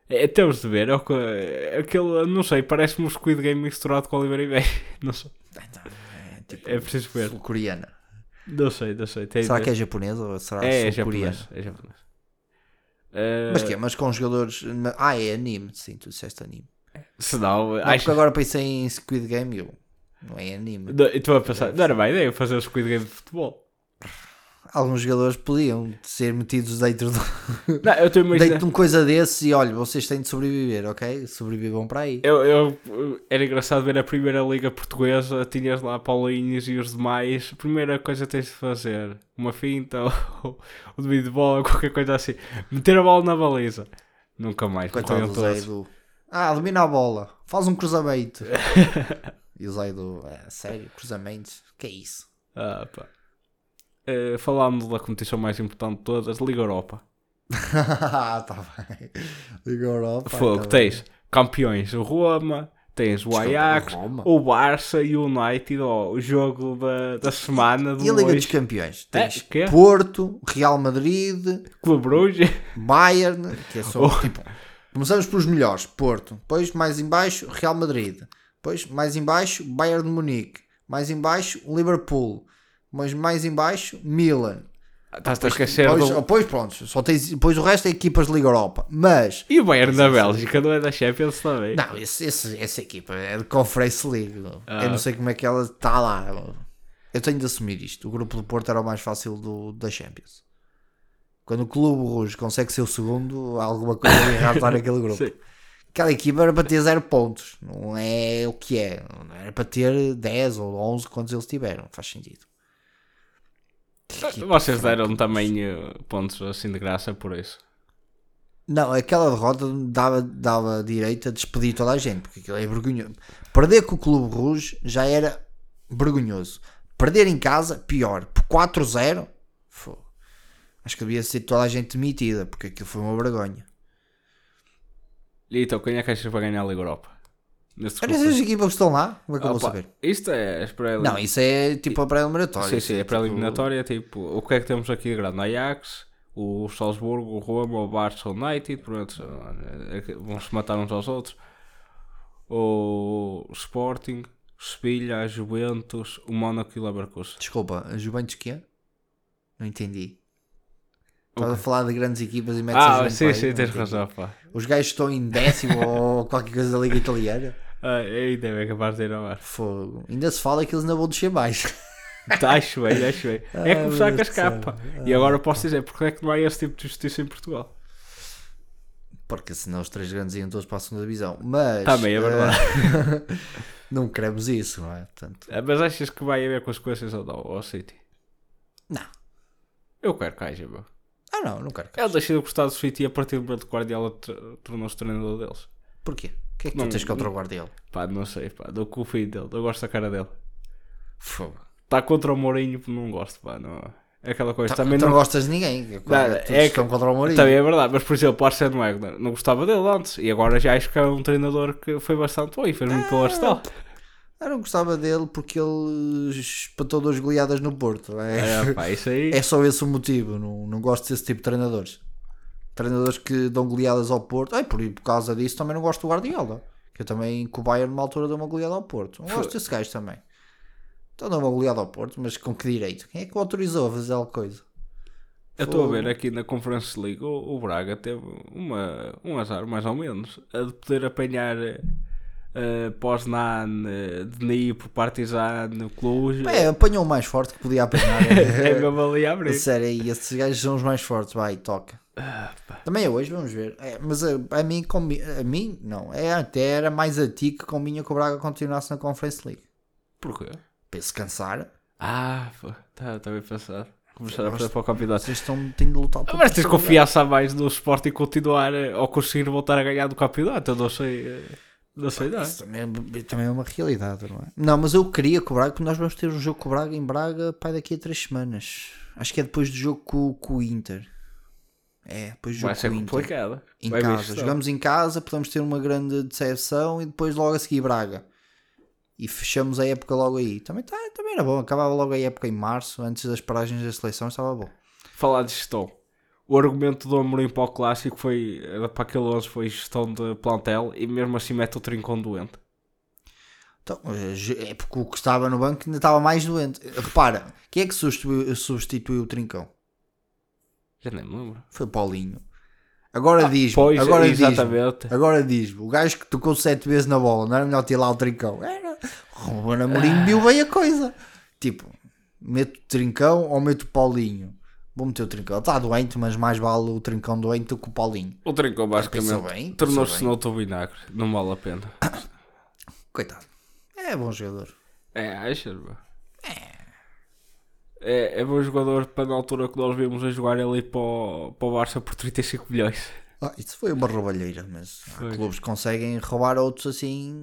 Speaker 1: É, temos de ver, é o que, é aquele, não sei, parece-me um Squid Game misturado com Oliver e Bench. Não sei,
Speaker 2: Então, é tipo
Speaker 1: é preciso ver.
Speaker 2: sul-coreana.
Speaker 1: Não sei, não sei. tem de
Speaker 2: Será
Speaker 1: ver.
Speaker 2: que é japonesa ou será
Speaker 1: É, é
Speaker 2: sul-coreana?
Speaker 1: japonês. É japonês. Eh,
Speaker 2: Mas que Mas com jogadores. Ah, é anime, sim, tu disseste anime.
Speaker 1: se não,
Speaker 2: Não,
Speaker 1: acho
Speaker 2: porque agora pensei em Squid Game e eu. Não é anime.
Speaker 1: Não, eu Estou a pensar, não era má ideia fazer o Squid Game de futebol.
Speaker 2: Alguns jogadores podiam ser metidos dentro de, um,
Speaker 1: Não, eu estou a
Speaker 2: dentro
Speaker 1: imaginar.
Speaker 2: de um coisa desse e olha, vocês têm de sobreviver, ok? Sobrevivam para aí.
Speaker 1: Eu, eu- era engraçado ver a primeira Liga Portuguesa, tinhas lá Paulinhos e os demais. A primeira coisa que tens de fazer, uma finta ou um domínio de bola, qualquer coisa assim. Meter a bola na baliza. Nunca mais.
Speaker 2: Coitado
Speaker 1: morreram
Speaker 2: do Zaidu.
Speaker 1: assim.
Speaker 2: Ah, domina a bola. Faz um cruzamento. e o Zaidu, é, sério, cruzamentos. Que é isso?
Speaker 1: Ah, pá. Eh, falámos da competição mais importante de todas, Liga Europa.
Speaker 2: Ah, tá bem. Liga Europa.
Speaker 1: Fogo,
Speaker 2: tá bem.
Speaker 1: tens campeões o Roma, tens o
Speaker 2: Desculpa,
Speaker 1: Ajax,
Speaker 2: Roma?
Speaker 1: o Barça e o United, ó, o jogo da, da semana do
Speaker 2: E a Liga dos
Speaker 1: hoje,
Speaker 2: Campeões?
Speaker 1: É,
Speaker 2: Tens
Speaker 1: quê?
Speaker 2: Porto, Real Madrid,
Speaker 1: Clube Bruges,
Speaker 2: Bayern, que é só
Speaker 1: Oh.
Speaker 2: tipo. Começamos pelos melhores, Porto. Depois mais em baixo, Real Madrid. Depois mais em baixo, Bayern de Munique. Mais em baixo, Liverpool. Mas mais em baixo, Milan.
Speaker 1: estás a esquecer
Speaker 2: Depois,
Speaker 1: do...
Speaker 2: depois pronto, só tens, depois o resto é equipas de Liga Europa. Mas
Speaker 1: E o Bayern da Bélgica, não é da Champions também?
Speaker 2: não, esse, esse- essa equipa é de Conference League.
Speaker 1: Ah.
Speaker 2: Eu não sei como é que ela está lá. Eu tenho de assumir isto. O grupo do Porto era o mais fácil do, da Champions. Quando o Clube Rouge consegue ser o segundo, há alguma coisa errada está naquele grupo.
Speaker 1: Sim.
Speaker 2: Aquela equipa era para ter zero pontos. Não é o que é. Não Era para ter 10 ou 11 quantos eles tiveram. Não faz sentido.
Speaker 1: Vocês deram também eh, pontos assim de graça por isso.
Speaker 2: Não, aquela derrota dava, dava direito a despedir toda a gente, porque aquilo é vergonhoso. Perder com o Clube Rouge já era vergonhoso. Perder em casa, pior. Por 4-0, fogo. acho que devia ser toda a gente demitida, porque aquilo foi uma vergonha.
Speaker 1: E então, quem é que achas para ganhar a Liga Europa? Neste
Speaker 2: Olha
Speaker 1: grupo?
Speaker 2: as equipas que estão lá, como é que eu
Speaker 1: Ah,
Speaker 2: vou
Speaker 1: pá,
Speaker 2: saber?
Speaker 1: Isto é as pré
Speaker 2: Não, isso é tipo a pré-eliminatória.
Speaker 1: Sim, sim, é pré-eliminatória. Tipo, o que é que temos aqui de grande? Ajax, o Salzburgo, o Roma, o Barça, o United. Pronto, é que vão-se matar uns aos outros. O Sporting, Sevilha, a Juventus, o Mónaco e o Leverkusen.
Speaker 2: Tipo, Desculpa, a Juventus quê? Não entendi. Estava a falar de grandes equipas e metes a
Speaker 1: Ah,
Speaker 2: Juventus
Speaker 1: sim,
Speaker 2: aí,
Speaker 1: sim,
Speaker 2: não
Speaker 1: tens
Speaker 2: entendi.
Speaker 1: razão, pá.
Speaker 2: Os gajos estão em décimo ou qualquer coisa da Liga Italiana.
Speaker 1: Ah, ainda bem capaz de ir ao mar.
Speaker 2: Fogo. Ainda se fala que eles ainda vão descer mais.
Speaker 1: Tá, Acho bem, acho bem. É
Speaker 2: Ah,
Speaker 1: começar com
Speaker 2: meu
Speaker 1: a
Speaker 2: Deus do céu. Ah.
Speaker 1: escapa. E agora posso dizer, porque é que não há esse tipo de justiça em Portugal?
Speaker 2: Porque senão os três grandes iam todos para a segunda divisão. Mas.
Speaker 1: Também é
Speaker 2: eh,
Speaker 1: verdade.
Speaker 2: não queremos isso, não é? Portanto,
Speaker 1: Ah, Mas achas que vai haver consequências ou não ao City?
Speaker 2: não.
Speaker 1: Eu quero que haja, meu.
Speaker 2: Ah, não, não quero.
Speaker 1: Ele deixou de gostar do City e a partir do momento que o Guardiola tr- tornou-se treinador deles.
Speaker 2: Porquê? O que é que
Speaker 1: Não-
Speaker 2: tu tens contra o Guardiola?
Speaker 1: Pá, não sei, pá, dou com o filho dele, eu gosto da cara dele.
Speaker 2: Fogo.
Speaker 1: Está contra o Mourinho, não gosto, pá, não. É aquela coisa, também
Speaker 2: tu não
Speaker 1: não.
Speaker 2: gostas de ninguém. Claro, todos
Speaker 1: é que-
Speaker 2: estão contra o Tá Mourinho.
Speaker 1: Também é verdade, mas por exemplo, o Arsene Wagner, não gostava dele antes e agora já acho que é um treinador que foi bastante bom e fez muito pelo
Speaker 2: Ah.
Speaker 1: Arsenal.
Speaker 2: Eu não gostava dele porque ele espantou duas goleadas no Porto. É,
Speaker 1: É, pá, isso aí.
Speaker 2: é só esse o motivo. Não, não gosto desse tipo de treinadores. Treinadores que dão goleadas ao Porto. Ai, por, por causa disso também não gosto do Guardiola. Que eu também, que o Bayern numa altura deu uma goleada ao Porto. Não gosto desse gajo também. Então deu uma goleada ao Porto, mas com que direito? Quem é que o autorizou a fazer alguma coisa?
Speaker 1: Eu estou a ver
Speaker 2: Fogo.
Speaker 1: aqui na Conference League o, o Braga teve uma, um azar, mais ou menos, a de poder apanhar eh, Poznan, eh, Dnipro, Partizan, Cluj.
Speaker 2: É, apanhou o mais forte que podia apanhar.
Speaker 1: É mesmo ali a abrir.
Speaker 2: Sério, e esses gajos são os mais fortes, vai, toca.
Speaker 1: Ah,
Speaker 2: Também é hoje, vamos ver. É, mas a, a mim, combi- a mim, não, é até era mais a ti que combinha que o Braga continuasse na Conference League.
Speaker 1: Porquê?
Speaker 2: Para se cansar,
Speaker 1: Ah, está tá bem pensado. Começar a fazer para o campeonato.
Speaker 2: vocês estão, têm de lutar
Speaker 1: Mas tens
Speaker 2: terceiro
Speaker 1: confiança a mais no Sporting continuar eh, ou conseguir voltar a ganhar do campeonato. Eu não sei. eh, Não sei, não.
Speaker 2: lugar. Isso também, é- também é uma realidade, não é? Não, mas eu queria que o Braga, porque nós vamos ter um jogo com o Braga em Braga, pai, daqui a três semanas. Acho que é depois do jogo com, com o Inter. É, depois jogo
Speaker 1: Vai ser
Speaker 2: com o Inter.
Speaker 1: complicado.
Speaker 2: Em
Speaker 1: Vai ver
Speaker 2: casa.
Speaker 1: isto.
Speaker 2: Jogamos em casa, podemos ter uma grande decepção e depois logo a seguir Braga. E fechamos a época logo aí. Também, tá, também era bom, acabava logo a época em março, antes das paragens da seleção, estava bom.
Speaker 1: Falar de gestão. O argumento do Amorim para o clássico foi, era para aquele 11 foi gestão de plantel e mesmo assim mete o trincão doente.
Speaker 2: Então, eh, é porque o que estava no banco ainda estava mais doente. Repara, quem é que substituiu, substituiu o Trincão?
Speaker 1: Já nem me lembro.
Speaker 2: Foi Paulinho. Agora diz-me,
Speaker 1: Ah, Pois,
Speaker 2: agora diz-me,
Speaker 1: exatamente.
Speaker 2: agora diz-me, o gajo que tocou sete vezes na bola, não era melhor tirar o Trincão? Era. O Ruben Amorim viu bem a coisa. Tipo, meto o Trincão ou meto o Paulinho? Vou meter o Trincão. Está doente, mas mais vale o Trincão doente do que o Paulinho.
Speaker 1: O trincão
Speaker 2: Pensou
Speaker 1: basicamente
Speaker 2: bem? pensou
Speaker 1: tornou-se
Speaker 2: bem.
Speaker 1: no outro vinagre. Não vale a pena.
Speaker 2: Coitado. É bom jogador.
Speaker 1: É, achas, bro? É. É bom jogador para na altura que nós vimos a jogar ali para o, para o Barça por 35 milhões.
Speaker 2: Ah, isso foi uma roubalheira, mas há clubes que conseguem roubar outros assim.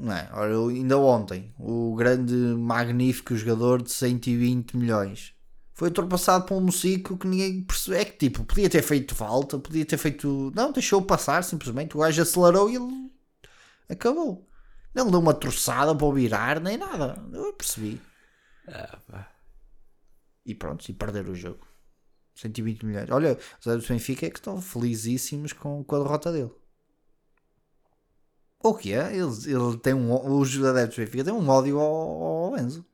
Speaker 2: Não é? Ora, eu- ainda ontem, o grande, magnífico jogador de 120 milhões foi ultrapassado por um Mocico que ninguém percebeu. É que tipo, podia ter feito falta, podia ter feito. Não, deixou passar simplesmente. O gajo acelerou e ele acabou. Não deu uma troçada para o virar, nem nada. Eu percebi. E pronto, e perder o jogo. 120 milhões. Olha, os adeptos do Benfica é que estão felizíssimos com, com a derrota dele. O que é? Eles, ele tem um, ó- os adeptos do Benfica têm um ódio ao, ao Enzo.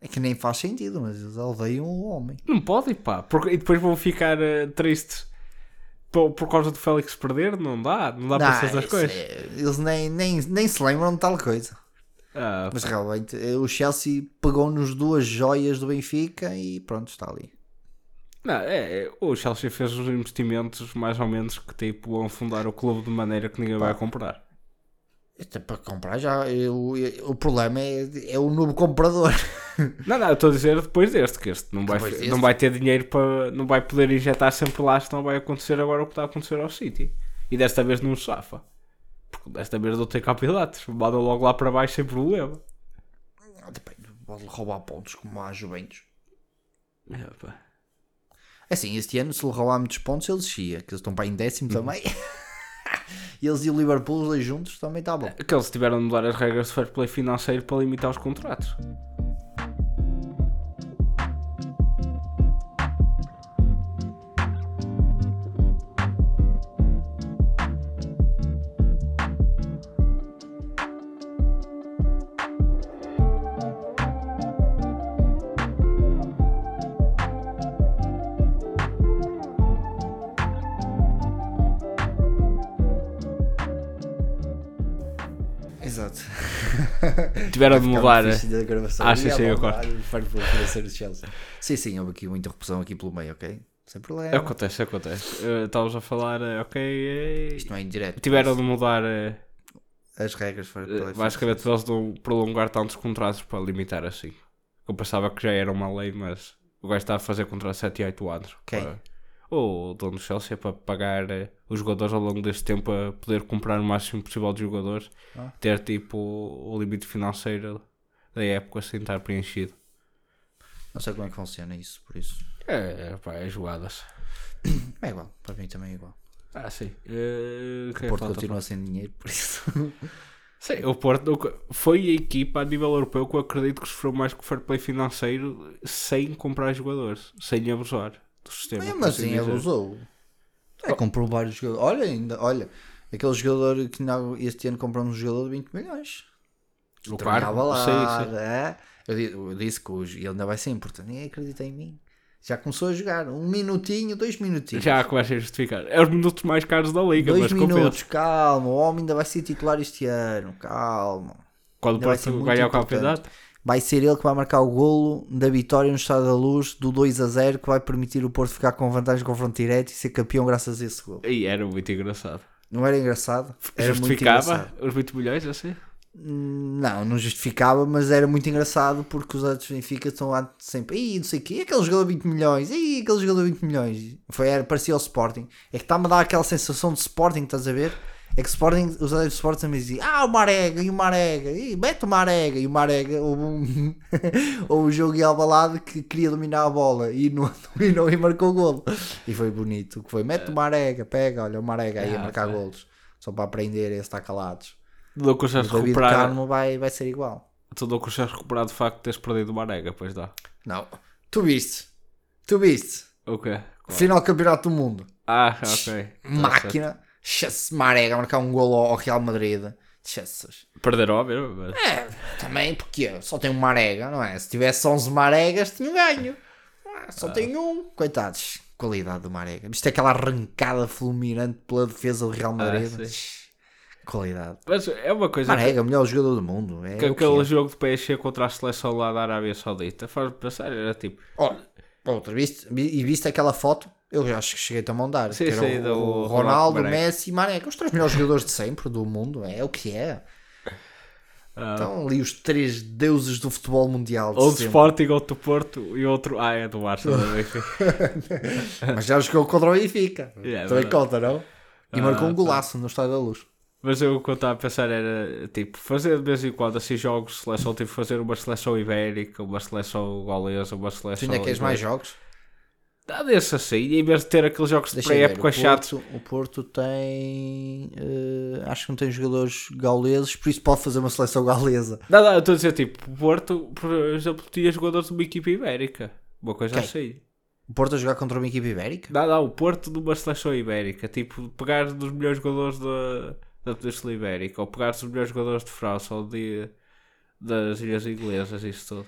Speaker 2: É que nem faz sentido, mas eles odeiam o homem.
Speaker 1: Não pode, pá. Porque, e depois vão ficar eh, tristes por, por causa do Félix perder. Não dá. Não dá para
Speaker 2: Não,
Speaker 1: essas das
Speaker 2: isso
Speaker 1: coisas.
Speaker 2: é- eles nem, nem, nem se lembram de tal coisa.
Speaker 1: Ah,
Speaker 2: Mas realmente, eh, o Chelsea pegou-nos duas joias do Benfica e pronto, está ali.
Speaker 1: não, é, é, o Chelsea fez os investimentos mais ou menos que tipo vão fundar o clube de maneira que ninguém vai comprar.
Speaker 2: Até para comprar já, eu- eu- o problema é, é o novo comprador.
Speaker 1: Não, não, eu estou a dizer depois deste, que este não vai,
Speaker 2: Depois deste.
Speaker 1: não vai ter dinheiro para. não vai poder injetar sempre lá, senão vai acontecer agora o que está a acontecer ao City. E desta vez não safa. Porque desta vez não tem campeonatos. Manda logo lá para baixo sem problema.
Speaker 2: Depende, Tipo, pode roubar pontos como a Juventus.
Speaker 1: É, pá.
Speaker 2: Assim, este ano, se lhe roubar muitos pontos, ele descia, que eles estão para em décimo também. E eles e o Liverpool, os dois juntos, também está bom.
Speaker 1: É Que eles tiveram de mudar as regras de fair play financeiro para limitar os contratos.
Speaker 2: Exato.
Speaker 1: Tiveram de mudar. é.
Speaker 2: Da gravação.
Speaker 1: Acho que
Speaker 2: E é
Speaker 1: sim, eu
Speaker 2: bom,
Speaker 1: corto.
Speaker 2: claro, para o financeiro de Chelsea. Sim, sim, houve aqui uma interrupção aqui pelo meio, ok? Sem problema.
Speaker 1: Acontece, acontece. Eh, Estávamos a falar, eh, ok. eh,
Speaker 2: Isto não é indireto.
Speaker 1: Tiveram de mudar. eh,
Speaker 2: As regras foram
Speaker 1: Eh, Basicamente eles não prolongar tantos contratos para limitar assim. Eu pensava que já era uma lei, mas o gajo está a fazer contrato de 7 e 8 anos.
Speaker 2: Quem?
Speaker 1: Para- O dono do Chelsea para pagar eh, os jogadores ao longo deste tempo a poder comprar o máximo possível de jogadores,
Speaker 2: Ah.
Speaker 1: ter tipo o limite financeiro da época sem estar preenchido.
Speaker 2: Não sei como é que funciona isso, por isso.
Speaker 1: É, pá, é jogadas.
Speaker 2: É igual, para mim também é igual.
Speaker 1: Ah, sim. Eh, quem
Speaker 2: O Porto
Speaker 1: falta?
Speaker 2: continua sem dinheiro, por isso.
Speaker 1: Sim, o Porto nunca- foi a equipa a nível europeu que eu acredito que sofreu mais com o fair play financeiro sem comprar jogadores, sem abusar do sistema.
Speaker 2: É,
Speaker 1: por
Speaker 2: mas
Speaker 1: assim
Speaker 2: sim,
Speaker 1: dizer.
Speaker 2: ele usou. É, comprou vários jogadores. Olha, ainda, olha, aquele jogador que não, este ano compramos um jogador de 20 milhões.
Speaker 1: O
Speaker 2: Trabalhava
Speaker 1: Carmo,
Speaker 2: lá.
Speaker 1: sim, sim.
Speaker 2: é. eu, di- eu disse que hoje ele ainda vai ser importante. Ninguém acredita em mim. Já começou a jogar. Um minutinho, dois minutinhos.
Speaker 1: Já começa a justificar. É os minutos mais caros da liga, mas
Speaker 2: dois
Speaker 1: compensa.
Speaker 2: minutos, calma. O homem ainda vai ser titular este ano. Calma.
Speaker 1: Quando o
Speaker 2: Ainda vai ser
Speaker 1: Porto
Speaker 2: muito
Speaker 1: ganhar o
Speaker 2: importante.
Speaker 1: campeonato,
Speaker 2: Vai ser ele que vai marcar o golo da vitória no Estado da Luz do 2 a 0 que vai permitir o Porto ficar com vantagem de confronto direto e ser campeão graças a esse golo.
Speaker 1: e era muito engraçado.
Speaker 2: Não era engraçado? Era muito engraçado.
Speaker 1: Justificava os 20 milhões, assim.
Speaker 2: Não, não justificava, mas era muito engraçado porque os adeptos do Benfica estão lá sempre. Ih, não sei o quê, e aquele jogador de 20 milhões, ih, aquele jogador de 20 milhões. Foi, era, parecia o Sporting. É que está-me a dar aquela sensação de Sporting, estás a ver? É que Sporting, os adeptos de Sporting também diziam Ah, o Marega, e o Marega, e mete o Marega, e o Marega. Houve um, houve um jogo em Albalade que queria dominar a bola e não dominou e marcou o golo. E foi bonito, que foi mete o Marega, pega, olha o Marega aí a
Speaker 1: Ah,
Speaker 2: marcar
Speaker 1: tá.
Speaker 2: golos. Só para aprender esse está calados.
Speaker 1: Loucos
Speaker 2: O
Speaker 1: já
Speaker 2: David
Speaker 1: recuperar.
Speaker 2: Carmo vai, vai ser igual.
Speaker 1: Tu loucos já recuperar do facto de teres perdido o Marega, pois dá.
Speaker 2: Não. Tu viste. Tu viste.
Speaker 1: O quê?
Speaker 2: Final do Campeonato do Mundo.
Speaker 1: Ah, ok. Tá certo.
Speaker 2: Máquina. Chesse Marega a marcar um golo ao ao Real Madrid. Chesses.
Speaker 1: Perderam a ver, mas.
Speaker 2: É, também porque só tem uma marega, não é? Se tivesse 11 maregas, tinha um ganho. Ah, Só tem um. Coitados, qualidade do marega. Isto é aquela arrancada fulminante pela defesa do Real Madrid.
Speaker 1: Ah, sim.
Speaker 2: Shhh, qualidade.
Speaker 1: Mas é uma coisa que,
Speaker 2: Marega, melhor jogador do mundo. É
Speaker 1: que
Speaker 2: o que
Speaker 1: aquele
Speaker 2: é.
Speaker 1: jogo de PSG contra a seleção lá da Arábia Saudita faz-me pensar, era tipo.
Speaker 2: Olha, outra, viste, vi- e viste aquela foto? Eu já acho que cheguei-te a mandar.
Speaker 1: Sim,
Speaker 2: que era
Speaker 1: sim,
Speaker 2: o,
Speaker 1: do
Speaker 2: o
Speaker 1: Ronaldo
Speaker 2: Ronaldo,
Speaker 1: Marega.
Speaker 2: Messi e Marega. Os um três melhores jogadores de sempre do mundo. É o que é.
Speaker 1: ah,
Speaker 2: Então ali os três deuses do futebol mundial. de
Speaker 1: ou do
Speaker 2: sempre.
Speaker 1: Sporting, ou do Porto e outro. Ah, é do Barça. do Benfica.
Speaker 2: Mas já jogou contra o Benfica.
Speaker 1: Yeah,
Speaker 2: Também
Speaker 1: verdade.
Speaker 2: conta, não? E
Speaker 1: Ah,
Speaker 2: marcou um golaço no Estádio da Luz.
Speaker 1: Mas eu o que eu estava a pensar era tipo, fazer de vez em quando assim jogos de seleção, tipo fazer uma seleção ibérica, uma seleção gaulesa, uma
Speaker 2: Tu
Speaker 1: seleção.
Speaker 2: ainda queres
Speaker 1: né?
Speaker 2: mais jogos?
Speaker 1: Dá desse assim, em vez de ter aqueles jogos de
Speaker 2: Deixa eu ver,
Speaker 1: pré-época chatos.
Speaker 2: O Porto, o Porto tem. eh, acho que não tem jogadores gauleses, por isso pode fazer uma seleção gaulesa.
Speaker 1: Não, não, eu estou a dizer tipo, Porto, por exemplo, tinha jogadores de uma equipa ibérica. Uma coisa
Speaker 2: Quem?
Speaker 1: assim.
Speaker 2: O Porto a jogar contra uma equipa ibérica?
Speaker 1: Não, não, o Porto de uma seleção ibérica. Tipo, pegar dos melhores jogadores da, da Península Ibérica, ou pegar dos melhores jogadores de França, ou de, das Ilhas Inglesas, isso tudo.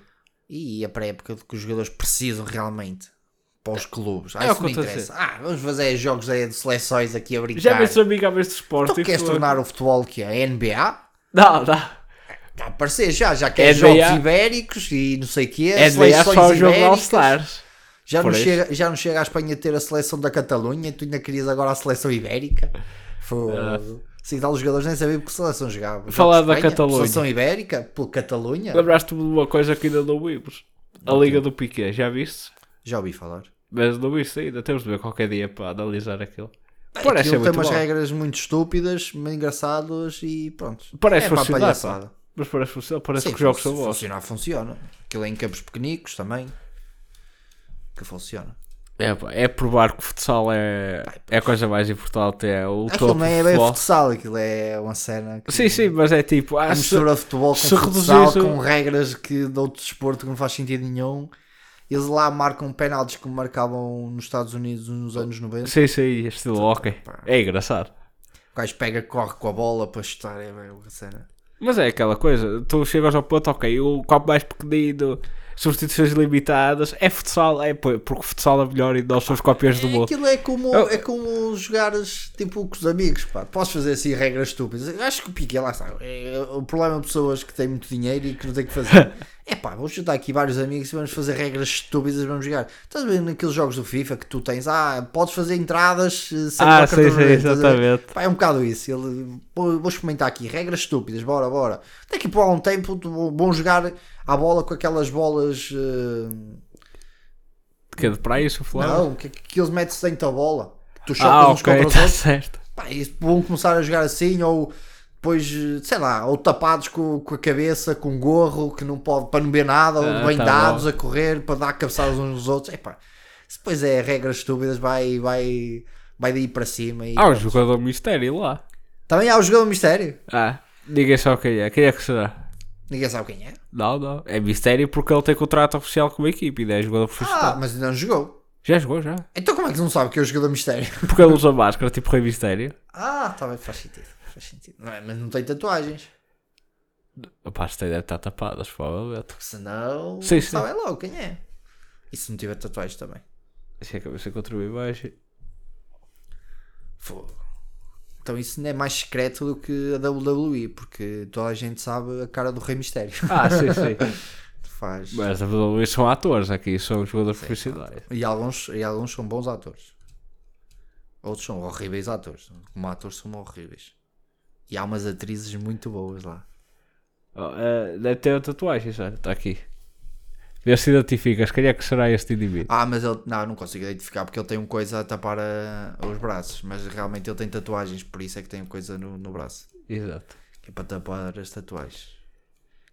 Speaker 2: E é a pré-época de que os jogadores precisam realmente para os clubes. Ah,
Speaker 1: É o
Speaker 2: isso
Speaker 1: que
Speaker 2: me
Speaker 1: eu estou a
Speaker 2: interessa. Ah, vamos fazer jogos aí de seleções aqui a brincar.
Speaker 1: Já vês amigo a vez de esporte.
Speaker 2: tu então queres tornar o futebol que é? NBA?
Speaker 1: Não, não.
Speaker 2: Está a Tá, aparecer já, já queres
Speaker 1: NBA
Speaker 2: jogos ibéricos e não sei o quê.
Speaker 1: É de
Speaker 2: seleções
Speaker 1: só o jogo de
Speaker 2: ibéricas.
Speaker 1: All-Stars.
Speaker 2: Já não,
Speaker 1: Por isso.
Speaker 2: chega, já não chega à Espanha ter a seleção da Catalunha e tu ainda querias agora a seleção ibérica? Foda-se. Sim, tal os jogadores nem sabiam que seleção jogavam.
Speaker 1: Falar
Speaker 2: Jogos de
Speaker 1: da
Speaker 2: Espanha,
Speaker 1: Catalunha.
Speaker 2: Seleção ibérica? Pô, Catalunha?
Speaker 1: Lembraste-me de uma coisa que ainda não vimos. A Liga do Piquet, já viste?
Speaker 2: Já ouvi falar.
Speaker 1: Mas não viste ainda, temos de ver qualquer dia para analisar aquilo.
Speaker 2: Aquilo
Speaker 1: Parece ser
Speaker 2: tem
Speaker 1: muito
Speaker 2: umas
Speaker 1: bom.
Speaker 2: regras muito estúpidas, muito engraçadas e pronto.
Speaker 1: Parece
Speaker 2: para a
Speaker 1: funcionar,
Speaker 2: palhaçada.
Speaker 1: Mas parece, funcionar, parece
Speaker 2: Sim,
Speaker 1: que os jogos
Speaker 2: se
Speaker 1: são bons.
Speaker 2: funcionar, funciona. Aquilo é em campos pequenicos também. Que funciona.
Speaker 1: É, pá, é provar que o futsal é, é a coisa mais importante, é o
Speaker 2: Aquilo
Speaker 1: topo
Speaker 2: não
Speaker 1: do
Speaker 2: é bem
Speaker 1: futebol.
Speaker 2: futsal, aquilo é uma cena que
Speaker 1: Sim, sim, mas é tipo...
Speaker 2: a
Speaker 1: Ah, se-
Speaker 2: mistura de futebol com
Speaker 1: se
Speaker 2: futsal,
Speaker 1: reduzisse o-
Speaker 2: com regras que de outro desporto que não faz sentido nenhum. Eles lá marcam penaltis como marcavam nos Estados Unidos nos anos 90.
Speaker 1: Sim, sim, estilo hockey. É engraçado.
Speaker 2: O gajo pega, corre com a bola para chutar. É bem uma cena.
Speaker 1: Mas é aquela coisa, tu chegas ao ponto, ok, o copo mais pequenino, substituições limitadas, é futsal, é pô, porque o futsal é melhor e nós somos cópias do
Speaker 2: É,
Speaker 1: mundo.
Speaker 2: aquilo é como,
Speaker 1: Eu-
Speaker 2: é como jogares tipo com os amigos. Pá. Podes fazer assim regras estúpidas. Eu Acho que o Piqué lá está. É, o problema de pessoas que têm muito dinheiro e que não têm que fazer. é pá, vamos juntar aqui vários amigos e vamos fazer regras estúpidas. Vamos jogar. Estás a ver naqueles jogos do FIFA que tu tens? Ah, podes fazer entradas eh, sem
Speaker 1: Ah,
Speaker 2: dar cartão
Speaker 1: sim, sim,
Speaker 2: vermelho, estás a ver?
Speaker 1: exatamente.
Speaker 2: Pá, é um bocado isso. Ele, vou, vou experimentar aqui regras estúpidas, bora, bora. Daqui por algum tempo tu- vão vão jogar à bola com aquelas bolas. eh,
Speaker 1: Que é de praia, isso, Flávio?
Speaker 2: não, que, que eles metem dentro da bola. Que tu chocas
Speaker 1: Ah,
Speaker 2: uns
Speaker 1: ok,
Speaker 2: contra os
Speaker 1: está
Speaker 2: outros.
Speaker 1: certo.
Speaker 2: Pá, e vão começar a jogar assim ou depois, eh, sei lá, ou tapados com, com a cabeça, com um gorro, que não pode, para não ver nada, ou
Speaker 1: Ah,
Speaker 2: bem
Speaker 1: tá
Speaker 2: dados
Speaker 1: bom.
Speaker 2: a correr, para dar cabeçadas uns nos outros. Epá, se depois é regras estúpidas, vai, vai, vai daí para cima. E...
Speaker 1: Há um jogador mistério lá.
Speaker 2: Também há o jogador mistério.
Speaker 1: Ah, ninguém sabe quem é. Quem é que será?
Speaker 2: Ninguém sabe quem é.
Speaker 1: Não, não. É mistério porque ele tem contrato oficial com a equipe e daí é jogador
Speaker 2: Ah,
Speaker 1: profissional.
Speaker 2: mas ainda não jogou.
Speaker 1: Já jogou, já.
Speaker 2: Então como é que não sabe que é o jogador mistério?
Speaker 1: Porque ele usa máscara, tipo Rei Mistério.
Speaker 2: Ah, tá bem, faz sentido. Faz sentido. Não é, mas não tem tatuagens.
Speaker 1: Opa, isto aí deve estar tapadas, provavelmente.
Speaker 2: Porque senão
Speaker 1: Sim, sim.
Speaker 2: sabem logo quem é. E se não tiver tatuagens também.
Speaker 1: Deixa eu ver se encontro a imagem.
Speaker 2: Fogo. Então isso não é mais secreto do que a WWE, porque toda a gente sabe a cara do Rei Mistério.
Speaker 1: Ah, sim, sim.
Speaker 2: Faz.
Speaker 1: Mas a WWE são atores aqui, são jogadores profissionais.
Speaker 2: E, alguns, e alguns são bons atores. Outros são horríveis atores. Como atores são horríveis. E há umas atrizes muito boas lá.
Speaker 1: Oh, eh, deve ter a tatuagem, sabe? Está aqui. tá Vê se identificas, quem é que será este indivíduo?
Speaker 2: Ah, mas ele. Não, não consigo identificar porque ele tem uma coisa a tapar ah, os braços. Mas realmente ele tem tatuagens, por isso é que tem coisa no, no braço.
Speaker 1: Exato.
Speaker 2: Que é para tapar as tatuagens.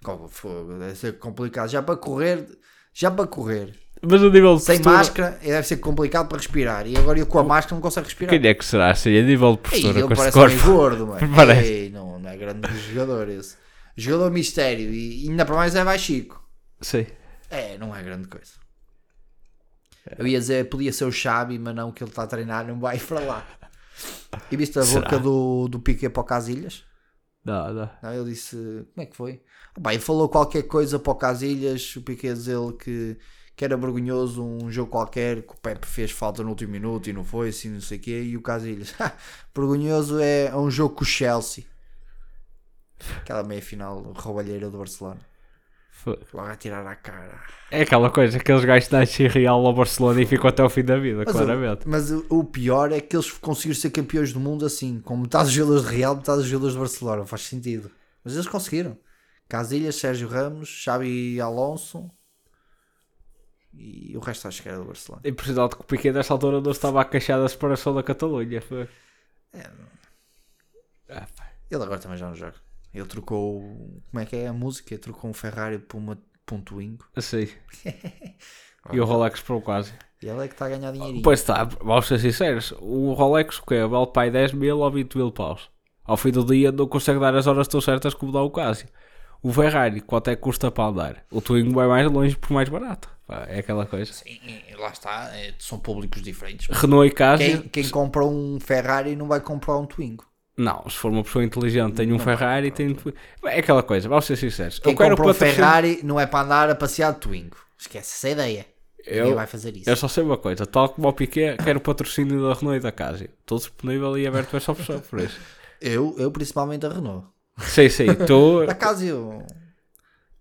Speaker 2: Como fogo, deve ser complicado. Já para correr, já para correr.
Speaker 1: Mas a nível de
Speaker 2: Sem
Speaker 1: postura.
Speaker 2: máscara é, deve ser complicado para respirar. E agora eu com a máscara não consigo respirar.
Speaker 1: Quem é que será? Seria a nível de
Speaker 2: Ei,
Speaker 1: postura
Speaker 2: ele
Speaker 1: com este
Speaker 2: parece meio
Speaker 1: corpo.
Speaker 2: gordo, mano.
Speaker 1: Parece.
Speaker 2: Ei, não, não é grande jogador esse. Jogador mistério e ainda para mais é baixo.
Speaker 1: Sim.
Speaker 2: É, não é grande coisa. Eu ia dizer, podia ser o Xabi, mas não, que ele está a treinar, não vai para lá. E viste a
Speaker 1: Será?
Speaker 2: boca do, do Piqué para o Casilhas?
Speaker 1: Não, não.
Speaker 2: Não, ele disse, como é que foi? Ah, pá, ele falou qualquer coisa para o Casilhas, o Piqué dizia-lhe que, que era vergonhoso um jogo qualquer, que o Pepe fez falta no último minuto e não foi, assim, não sei o quê, e o Casilhas, "Ah, vergonhoso é, é um jogo com o Chelsea. Aquela meia-final roubalheira do Barcelona.
Speaker 1: Fo-
Speaker 2: Logo a tirar à cara.
Speaker 1: É aquela coisa, aqueles gajos nascem real ao Barcelona e ficam até o fim da vida,
Speaker 2: Mas,
Speaker 1: claramente.
Speaker 2: O, mas o- o pior é que eles conseguiram ser campeões do mundo assim, com metade dos jogadores de Real, metade dos jogadores de Barcelona, faz sentido. Mas eles conseguiram. Casilhas, Sérgio Ramos, Xabi Alonso e o resto acho que era do Barcelona.
Speaker 1: Impressionante que o Piquet nesta altura não estava a queixar da separação da Catalunha. Foi.
Speaker 2: É,
Speaker 1: Ah, pá.
Speaker 2: Ele agora também já não joga. Ele trocou, o- como é que é a música? Ele trocou um Ferrari por, uma, por um Twingo.
Speaker 1: Assim. e o Rolex para o quase.
Speaker 2: E ele é que está a ganhar dinheirinho.
Speaker 1: Pois está, vamos ser sinceros. O Rolex, o que é? Vale pai 10 mil ou 20 mil paus. Ao fim do dia não consegue dar as horas tão certas como dá o Casio. O Ferrari, quanto é que custa para andar? O Twingo vai mais longe por mais barato. Pá, É aquela coisa.
Speaker 2: E- e lá está, é, são públicos diferentes.
Speaker 1: Renault e Casio.
Speaker 2: Quem, quem compra um Ferrari não vai comprar um Twingo.
Speaker 1: Não, se for uma pessoa inteligente, tem um Ferrari e tem. É aquela coisa, vamos ser sinceros.
Speaker 2: Quem
Speaker 1: eu quero
Speaker 2: compra um
Speaker 1: patrocínio-
Speaker 2: Ferrari não é para andar a passear de Twingo. Esquece essa ideia. Ninguém
Speaker 1: Eu-
Speaker 2: vai fazer isso.
Speaker 1: Eu só sei uma coisa, tal como o Piquet, quero o patrocínio da Renault e da Casio. Estou disponível e aberto a essa opção por isso.
Speaker 2: Eu, eu, principalmente a Renault.
Speaker 1: Sei, sei, tu.
Speaker 2: Por acaso eu.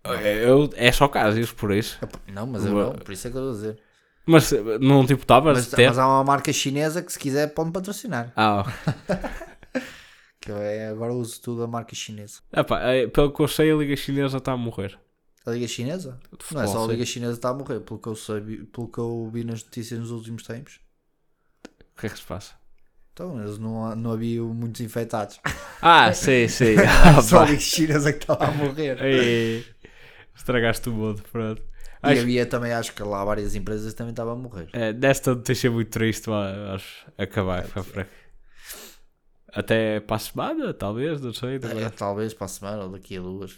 Speaker 1: eu- É só Casios por isso.
Speaker 2: Não, mas eu não, por isso é que eu estou a dizer.
Speaker 1: Mas eh, não tipo estavas
Speaker 2: Mas,
Speaker 1: a ter.
Speaker 2: mas há uma marca chinesa que se quiser pode-me patrocinar.
Speaker 1: Ah,
Speaker 2: Que eu é, agora uso tudo a marca chinesa.
Speaker 1: ó. Epá, eh, pelo que eu sei, a Liga Chinesa está a morrer.
Speaker 2: A Liga Chinesa?
Speaker 1: futebol,
Speaker 2: Não é só a
Speaker 1: sim.
Speaker 2: Liga Chinesa está a morrer, pelo que eu sabi, pelo que eu vi nas notícias nos últimos tempos.
Speaker 1: O que é que se passa?
Speaker 2: Então, eles não, não havia muitos infectados.
Speaker 1: Ah, sei, sei.
Speaker 2: é Só a Liga Chinesa que estava a morrer.
Speaker 1: É, Estragaste o mundo, pronto.
Speaker 2: E
Speaker 1: Acho-
Speaker 2: havia também, acho que lá várias empresas que também estavam a morrer.
Speaker 1: É, desta notícia muito triste, vá, acho, acabar. foi por aqui. Até para a semana, talvez, não sei. não
Speaker 2: É, talvez para a semana ou daqui a duas.